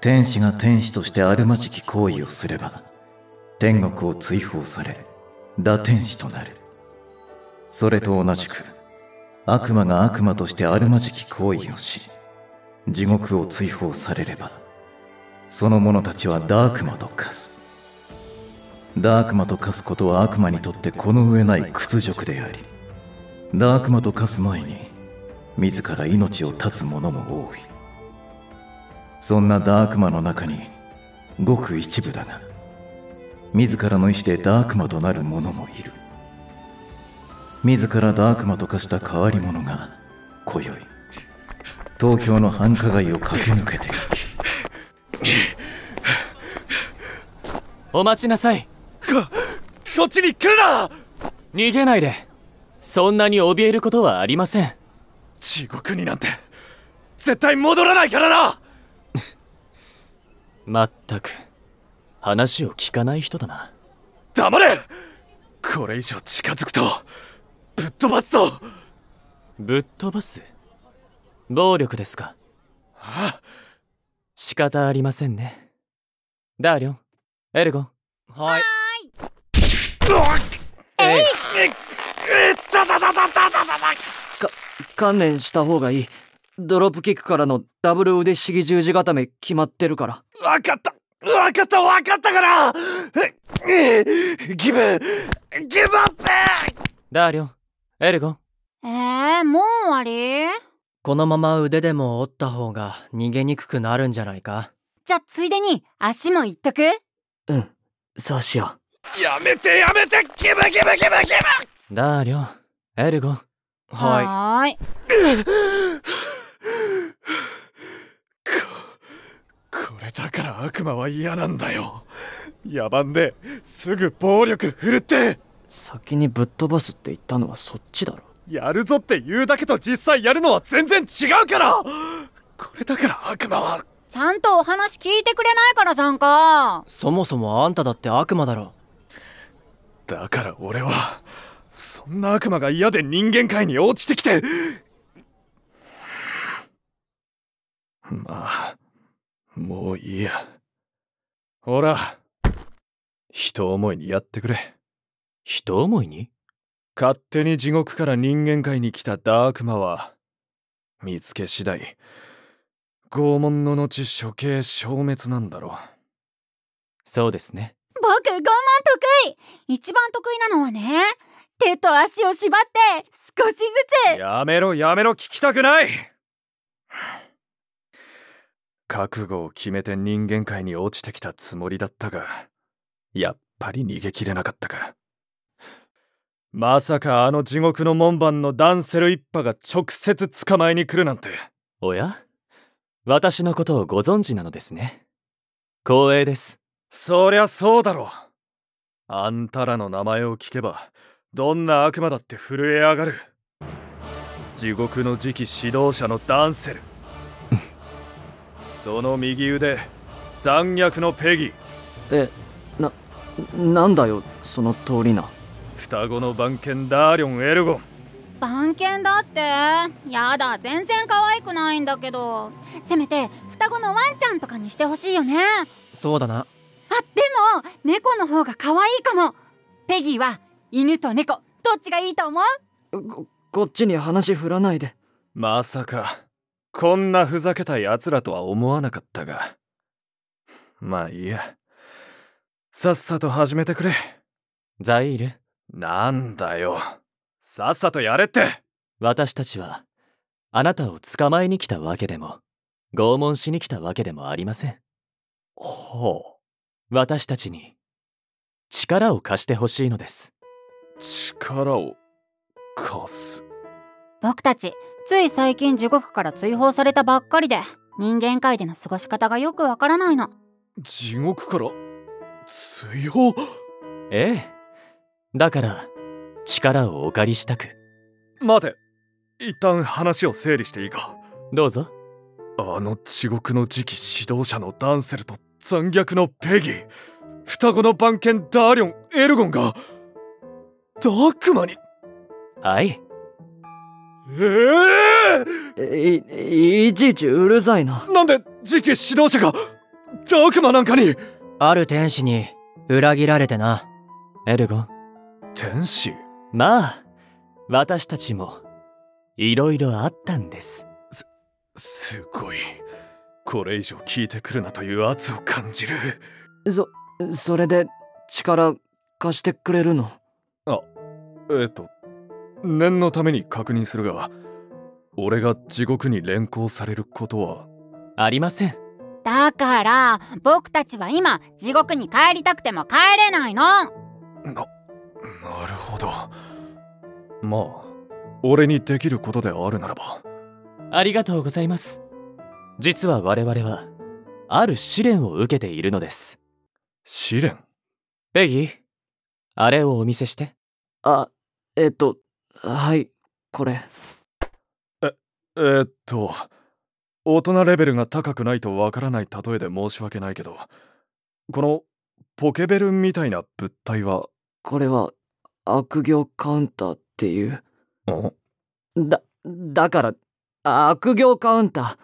天使が天使としてあるまじき行為をすれば天国を追放され堕天使となるそれと同じく悪魔が悪魔としてあるまじき行為をし地獄を追放されればその者たちはダークマと化すダークマと化すことは悪魔にとってこの上ない屈辱でありダークマと化す前に自ら命を絶つ者も多いそんなダークマの中にごく一部だが自らの意志でダークマとなる者もいる自らダークマと化した変わり者が今宵東京の繁華街を駆け抜けていきお待ちなさいこっちに来るな逃げないでそんなに怯えることはありません地獄になんて絶対戻らないから なまったく話を聞かない人だな黙れこれ以上近づくとぶっ飛ばすぞぶっ飛ばす暴力ですか仕方ありませんねダーリョンエルゴンはいえい観念した方がいいドロップキックからのダブル腕ひしぎ十字固め決まってるからわかったわかったわかったからええギブギブアップダーリョンエルゴンえー、もう終わりこのまま腕でも折った方が逃げにくくなるんじゃないかじゃあついでに足もいっとくうんそうしよやめてやめてギブギブギブギダーリョンエルゴンうはーいブこれだから悪魔は嫌なんだよ野蛮ですぐ暴力振るって先にぶっ飛ばすって言ったのはそっちだろやるぞって言うだけと実際やるのは全然違うからこれだから悪魔はちゃんとお話聞いてくれないからじゃんかそもそもあんただって悪魔だろだから俺はそんな悪魔が嫌で人間界に落ちてきてまあもういいやほら人思いにやってくれ人思いに勝手に地獄から人間界に来たダークマは見つけ次第拷問の後処刑消滅なんだろそうですね僕我慢得意一番得意なのはね手と足を縛って少しずうやめろやめろ聞きたくない覚悟を決めて人間界に落ちてきたつもりだったがやっぱり逃げきれなかったかまさかあの地獄の門番のダンセル一派が直接捕まえに来るなんておや私のことをご存知なのですね光栄ですそりゃそうだろうあんたらの名前を聞けばどんな悪魔だって震え上がる地獄の次期指導者のダンセルその右腕残虐のペギえななんだよその通りな双子の番犬ダーリョン・エルゴンつ番犬だってやだ全然可愛くないんだけどせめて双子のワンちゃんとかにしてほしいよねあそうだなでも猫の方が可愛いかもペギーは犬と猫どっちがいいと思うここっちに話振らないでまさかこんなふざけた奴らとは思わなかったがまあいいやさっさと始めてくれザイールなんだよさっさとやれって私たちはあなたを捕まえに来たわけでも拷問しに来たわけでもありませんほう私たちに力を貸してほしいのです力を貸す僕たちつい最近地獄から追放されたばっかりで人間界での過ごし方がよくわからないの地獄から追放ええだから力をお借りしたく待て一旦話を整理していいかどうぞあの地獄の次期指導者のダンセルと残虐のペギー双子の番犬ダーリョンエルゴンがダークマにはいえええいいいちいちうるさいななんで次期指導者が悪魔なんかにある天使に裏切られてなエルゴン天使まあ私たちもいろいろあったんですすごいこれ以上聞いてくるなという圧を感じるそそれで力貸してくれるのえっと念のために確認するが俺が地獄に連行されることはありませんだから僕たちは今地獄に帰りたくても帰れないのななるほどまあ俺にできることであるならばありがとうございます実は我々はある試練を受けているのです試練ペギーあれをお見せしてあえっとはいこれえーっと大人レベルが高くないとわからない例えで申し訳ないけどこのポケベルみたいな物体はこれは悪行カウンターっていうんだだから悪行カウンタ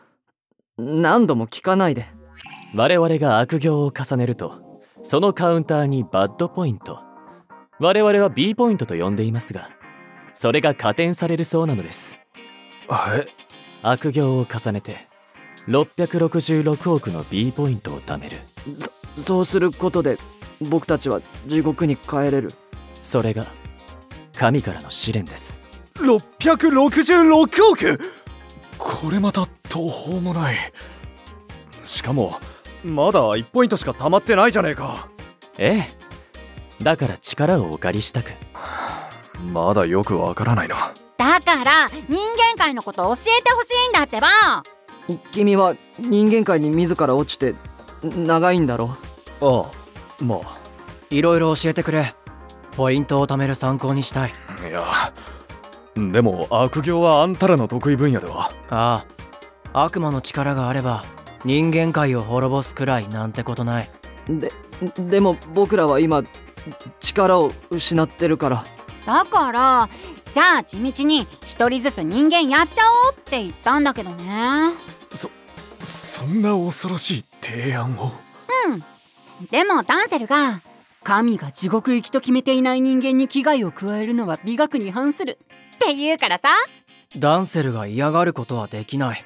ー何度も聞かないで我々が悪行を重ねるとそのカウンターにバッドポイント我々は B ポイントと呼んでいますがそれが加点されるそうなのですえ悪行を重ねて666億の B ポイントを貯めるそうすることで僕たちは地獄に帰れるそれが神からの試練です666億これまた途方もないしかもまだ1ポイントしか溜まってないじゃねえかええだから力をお借りしたくまだよくわからないなだから人間界のこと教えてほしいんだってば君は人間界に自ら落ちて長いんだろああまあいろいろ教えてくれポイントを貯める参考にしたいいやでも悪行はあんたらの得意分野ではああ悪魔の力があれば人間界を滅ぼすくらいなんてことないうででも僕らは今力を失ってるからだからじゃあ地道に一人ずつ人間やっちゃおうって言ったんだけどねそんな恐ろしい提案をでもダンセルが神が地獄行きと決めていない人間に危害を加えるのは美学に反するって言うからさダンセルが嫌がることはできない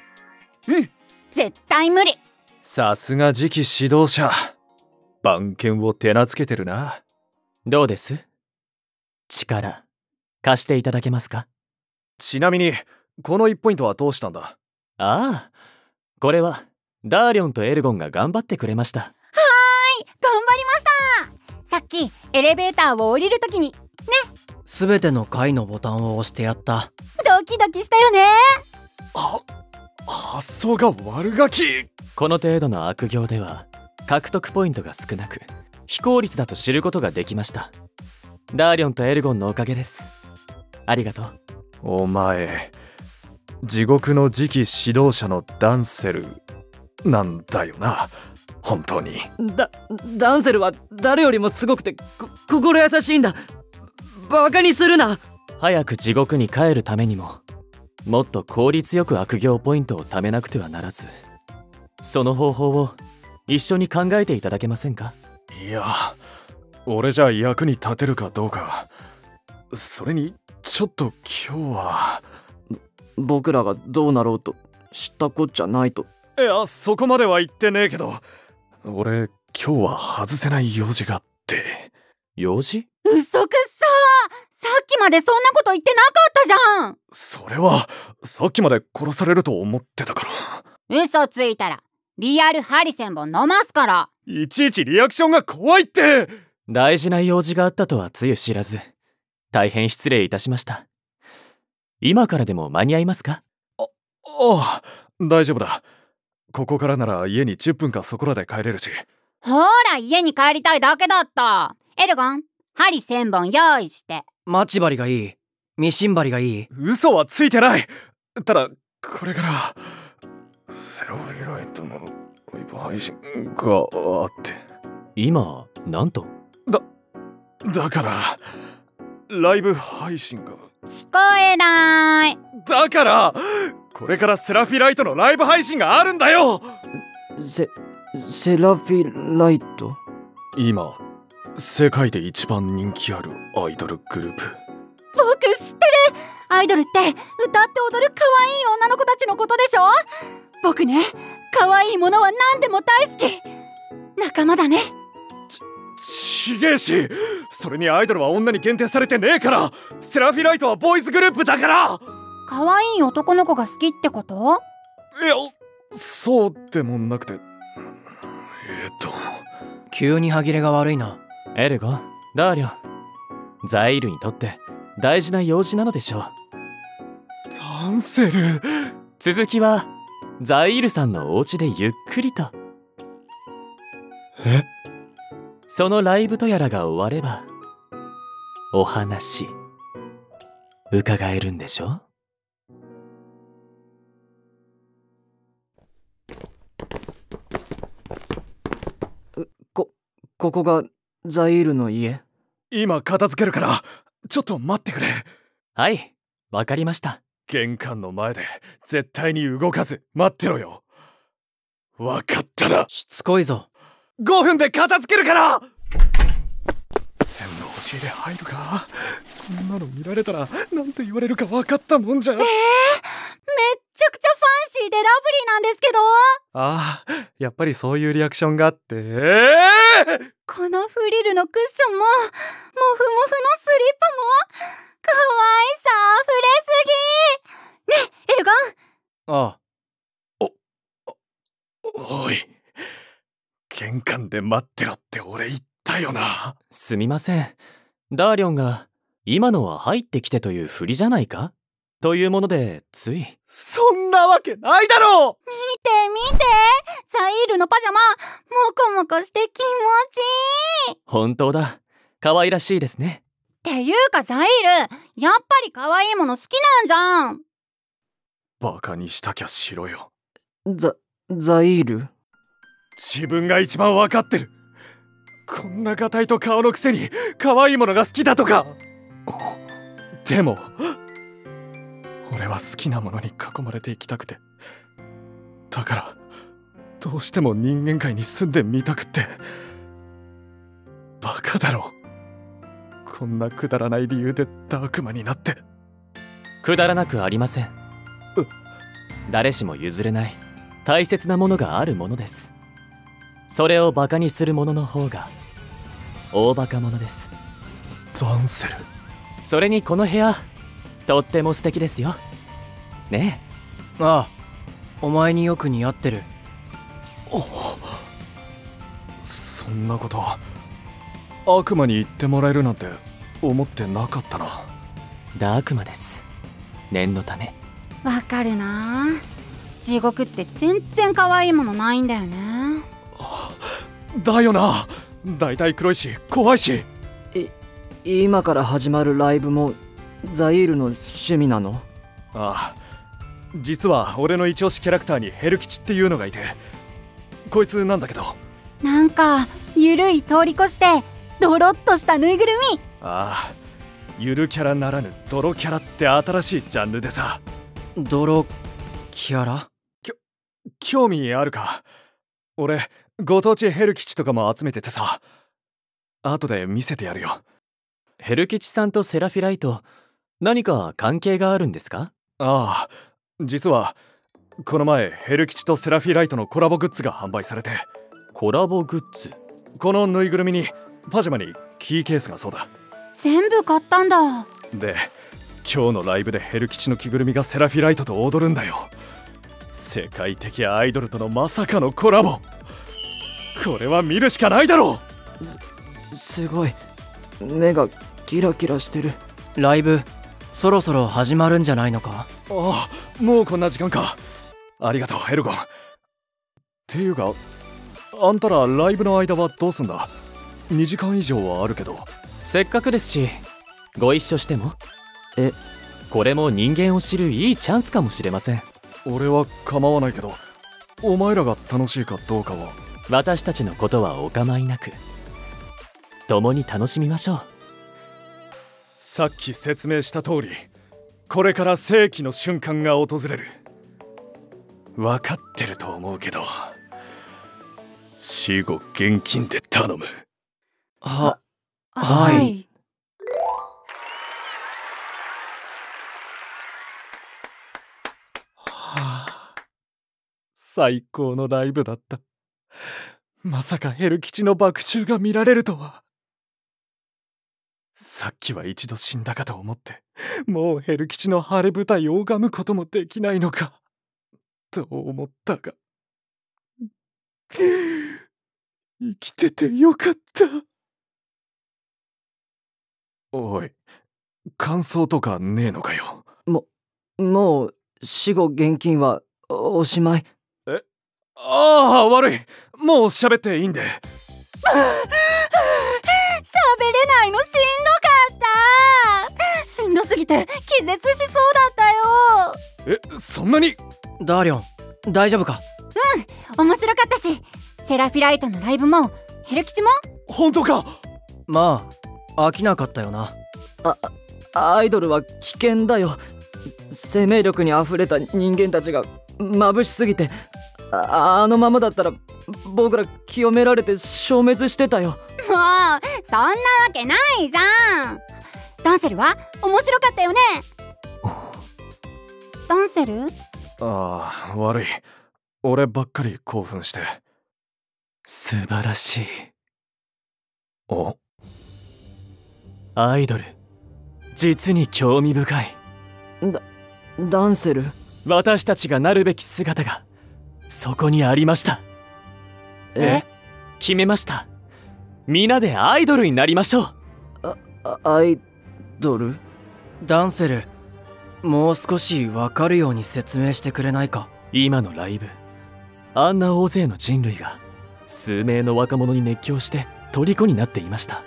絶対無理さすが次期指導者番犬を手なずけてるなどうです力貸していただけますかちなみにこの1ポイントはどうしたんだああこれはダーリョンとエルゴンが頑張ってくれました頑張りましたさっきエレベーターを降りるときに全ての階のボタンを押してやったドキドキしたよね発想が悪ガキこの程度の悪行では獲得ポイントが少なく非効率だと知ることができましたダーリョンとエルゴンのおかげですありがとうお前地獄の次期指導者のダンセルなんだよな本当にだダンセルは誰よりもすごくてこ心優しいんだバカにするな早く地獄に帰るためにももっと効率よく悪行ポイントを貯めなくてはならずその方法を一緒に考えていただけませんかいや俺じゃ役に立てるかどうかそれにちょっと今日は僕らがどうなろうと知ったこっちゃないといやそこまでは言ってねえけど俺今日は外せない用事があって用事嘘くっそさっきまでそんなこと言ってなかったじゃんそれはさっきまで殺されると思ってたから嘘ついたらリアルハリセンボン飲ますからいちいちリアクションが怖いって大事な用事があったとはつゆ知らず大変失礼いたしました今からでも間に合いますかああ大丈夫だここからなら家に10分かそこらで帰れるしほら家に帰りたいだけだったエルゴン針1000本用意して待ち針がいいミシン針がいい嘘はついてないただこれからセロイライトのライブ配信があって今なんとだからライブ配信が聞こえないだからこれからセラフィライトのライブ配信があるんだよセセラフィライト今世界で一番人気あるアイドルグループ僕知ってるアイドルって歌って踊る可愛い女の子たちのことでしょ僕ね可愛いものは何でも大好き仲間だねちげえしそれにアイドルは女に限定されてねえからセラフィライトはボーイズグループだから可愛い男の子が好きってこといやそうでもなくてえっと急に歯切れが悪いなエルゴダーリョザイールにとって大事な用事なのでしょうダンセル続きはザイールさんのお家でゆっくりとえそのライブとやらが終わればお話伺えるんでしょここがザイールの家今片付けるからちょっと待ってくれはいわかりました玄関の前で絶対に動かず待ってろよわかったらしつこいぞ5分で片付けるから線の押し入れ入るかこんなの見られたらなんて言われるか分かったもんじゃええめっちゃくちゃファンシーでラブリーなんですけどああやっぱりそういうリアクションがあってええこのフリルのクッションもモフモフのスリッパも可愛さあふれすぎねえエルゴンああおい玄関で待ってろって俺言ったよなすみませんダーリョンが今のは入ってきてという振りじゃないかというものでついそんなわけないだろう見て見てザイールのパジャマモコモコして気持ちいいっ本当だ可愛らしいですねていうかザイールやっぱり可愛いもの好きなんじゃんバカにしたきゃしろよザザイール自分が一番わかってるこんなガタイと顔のくせに可愛いものが好きだとかでも俺は好きなものに囲まれていきたくてだからどうしても人間界に住んでみたくってバカだろこんなくだらない理由でダークマになってくだらなくありませんう誰しも譲れない大切なものがあるものですそれをバカにするものの方が大バカ者ですダンセルそれにこの部屋とっても素敵ですよねえああお前によく似合ってるそんなこと悪魔に言ってもらえるなんて思ってなかったなダークマです念のためわかるな地獄って全然可愛いものないんだよねだよな大体黒いし怖いし今から始まるライブもザイールの趣味なのああ実は俺の一押しキャラクターにヘル吉っていうのがいてこいつなんだけどあなんかゆるい通り越してドロッとしたぬいぐるみあゆるキャラならぬ泥キャラって新しいジャンルでさ泥キャラ興味あるか俺ご当地ヘル吉とかも集めててさ後で見せてやるよヘルキチさんとセラフィライト何か関係があるんですかああ実はこの前ヘル吉とセラフィライトのコラボグッズが販売されてコラボグッズこのぬいぐるみにパジャマにキーケースがそうだ全部買ったんだで今日のライブでヘル吉の着ぐるみがセラフィライトと踊るんだよ世界的アイドルとのまさかのコラボこれは見るしかないだろすごい目がキラキラしてるライブそろそろ始まるんじゃないのかうああもうこんな時間かありがとうヘルゴンっていうかあんたらライブの間はどうすんだ2時間以上はあるけどせっかくですしご一緒してもえこれも人間を知るいいチャンスかもしれません俺は構わないけどお前らが楽しいかどうかは私たちのことはお構いなく共に楽しみましょうさっき説明した通りこれから世紀の瞬間が訪れる分かってると思うけど死後現金で頼むははい、はい最高のライブだったまさかヘル吉の爆中が見られるとはさっきは一度死んだかと思ってもうヘル吉の晴れ舞台を拝むこともできないのかと思ったが生きててよかったおい感想とかねえのかよもう死後現金はおしまいああ悪いもう喋っていいんで喋れないのしんどかったしんどすぎて気絶しそうだったよえそんなにダーリョン大丈夫か面白かったしセラフィライトのライブもヘルキチも本当かまあ飽きなかったよなアイドルは危険だよ生命力にあふれた人間たちが眩しすぎてああのままだったら僕ら清められて消滅してたよもうそんなわけないじゃんダンセルは面白かったよねダンセルああ悪い俺ばっかり興奮して素晴らしいおアイドル実に興味深いダンセル私たちがなるべき姿がそこにありましたえ決めました皆でアイドルになりましょうあアイドルダンセルもう少し分かるように説明してくれないか今のライブあんな大勢の人類が数名の若者に熱狂して虜になっていました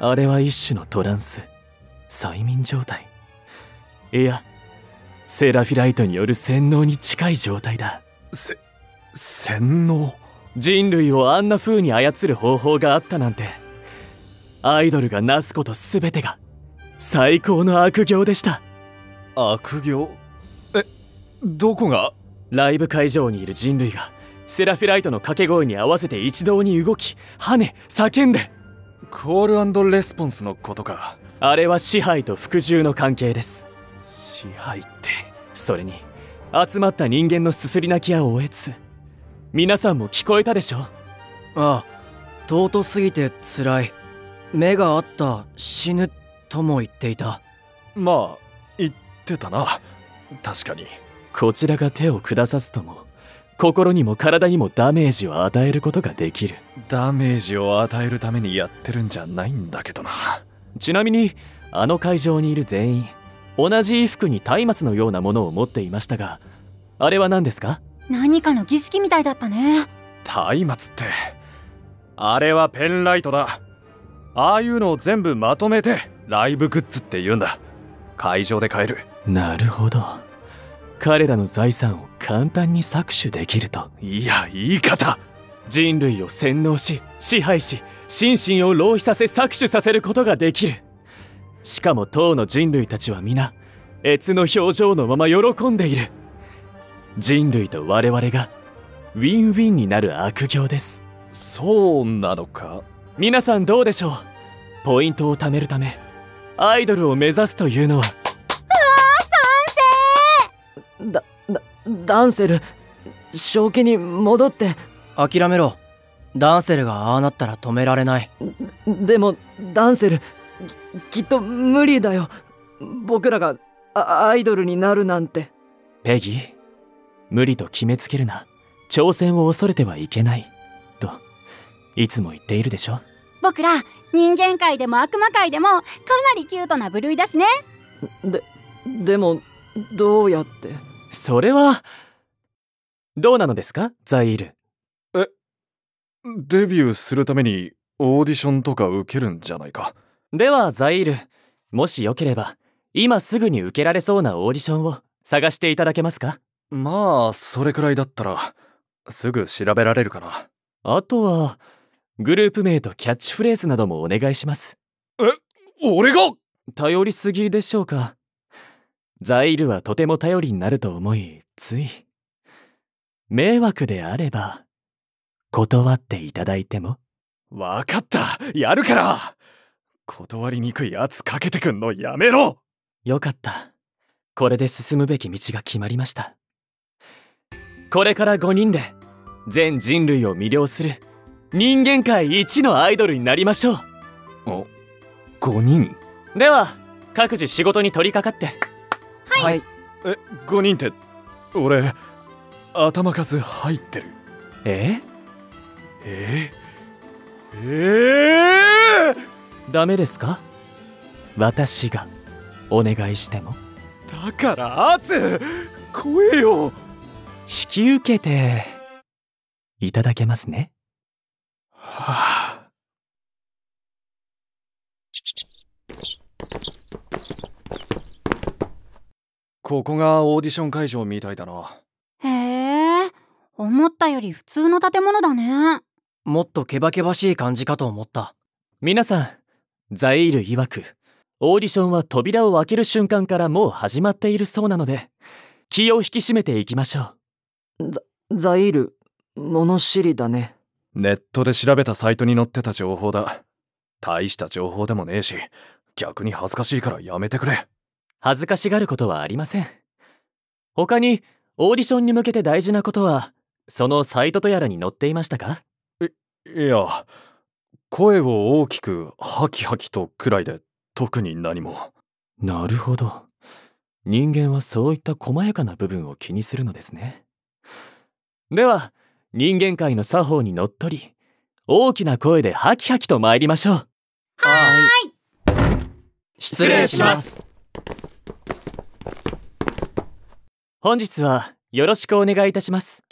あれは一種のトランス催眠状態いやセラフィライトによる洗脳に近い状態だせ洗脳人類をあんな風に操る方法があったなんてアイドルがなすこと全てが最高の悪行でした悪行えどこがライブ会場にいる人類がセラフィライトの掛け声に合わせて一堂に動き跳ね叫んでコールレスポンスのことかあれは支配と服従の関係です支配ってそれに集まった人間のすすり泣きやおえつ皆さんも聞こえたでしょああ尊すぎてつらい目があった死ぬとも言っていたまあ言ってたな確かにこちらが手を下さすとも心にも体にもダメージを与えることができるダメージを与えるためにやってるんじゃないんだけどなちなみにあの会場にいる全員同じ衣服に松明のようなものを持っていましたがあれは何ですか何かの儀式みたいだったね松明ってあれはペンライトだああいうのを全部まとめてライブグッズって言うんだ会場で買えるなるほど彼らの財産を簡単に搾取できるといや言い方人類を洗脳し支配し心身を浪費させ搾取させることができるしかも当の人類たちは皆悦の表情のまま喜んでいる人類と我々がウィンウィンになる悪行ですそうなのか皆さんどうでしょうポイントを貯めるためアイドルを目指すというのはダダダンセル正気に戻って諦めろダンセルがああなったら止められないでもダンセルききっと無理だよ僕らがあアイドルになるなんてペギー無理と決めつけるな挑戦を恐れてはいけないといつも言っているでしょ僕ら人間界でも悪魔界でもかなりキュートな部類だしねででもどうやってそれはどうなのですかザイールデビューするためにオーディションとか受けるんじゃないかではザイールもしよければ今すぐに受けられそうなオーディションを探していただけますかまあそれくらいだったらすぐ調べられるかなあとはグループ名とキャッチフレーズなどもお願いします俺が頼りすぎでしょうかザイールはとても頼りになると思いつい迷惑であれば断っていただいてもわかったやるから断りにくい圧かけてくんのやめろよかったこれで進むべき道が決まりましたこれから5人で全人類を魅了する人間界一のアイドルになりましょ5人うでは各自仕事に取り掛かってはいえ5人って俺頭数入ってるええー、えー、ダメですか私がお願いしてもだから圧怖えよ引き受けていただけますねはあここがオーディション会場みたいだなへえ思ったより普通の建物だねもっとケバケバしい感じかと思った皆さんザイール曰くオーディションは扉を開ける瞬間からもう始まっているそうなので気を引き締めていきましょうザイール物知りだねネットで調べたサイトに載ってた情報だ大した情報でもねえし逆に恥ずかしいからやめてくれ恥ずかしがることはありません他にオーディションに向けて大事なことはそのサイトとやらに載っていましたかいや声を大きくハキハキとくらいで特に何もなるほど人間はそういった細やかな部分を気にするのですねでは人間界の作法にのっとり大きな声でハキハキと参りましょう失礼します本日はよろしくお願いいたします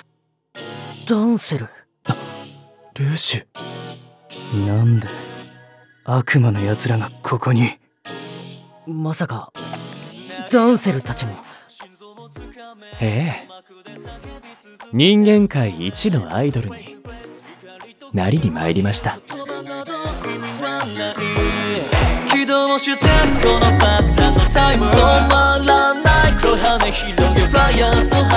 ダンセルルーシュなんで悪魔の奴らがここにまさかダンセルたちもええ人間界一のアイドルになりに参りました起動してるこの爆弾のタイム止まらない黒羽広げフライヤーを